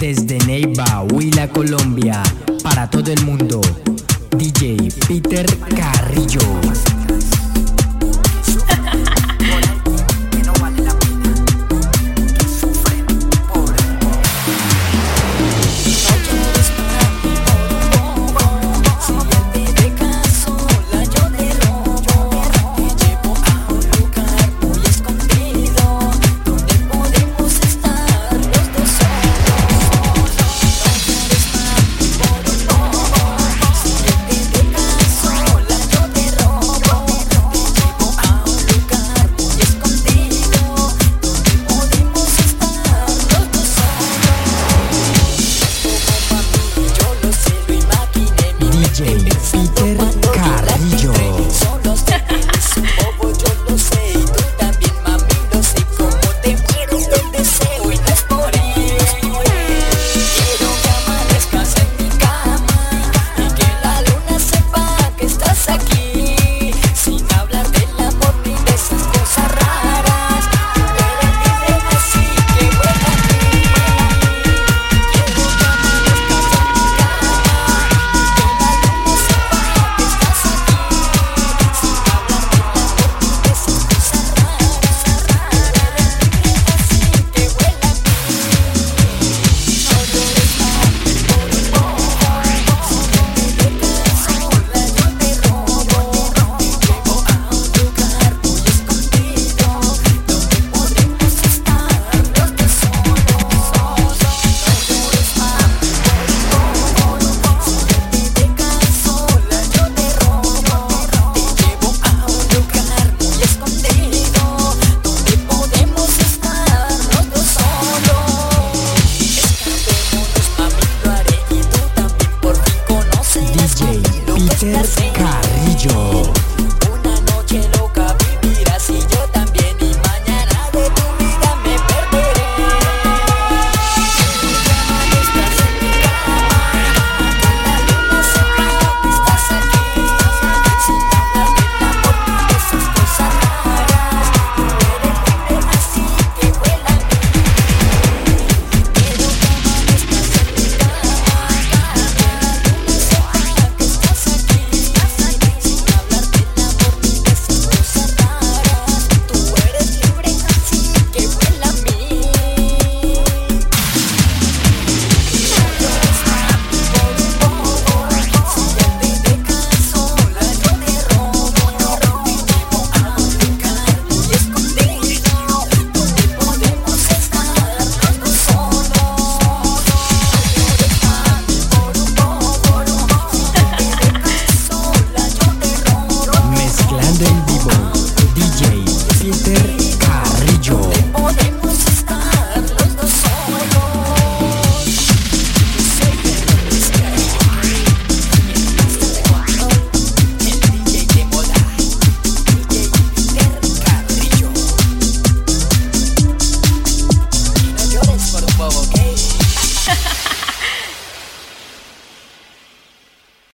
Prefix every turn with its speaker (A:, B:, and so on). A: Desde Neiva, Huila, Colombia, para todo el mundo, DJ Peter Carrillo.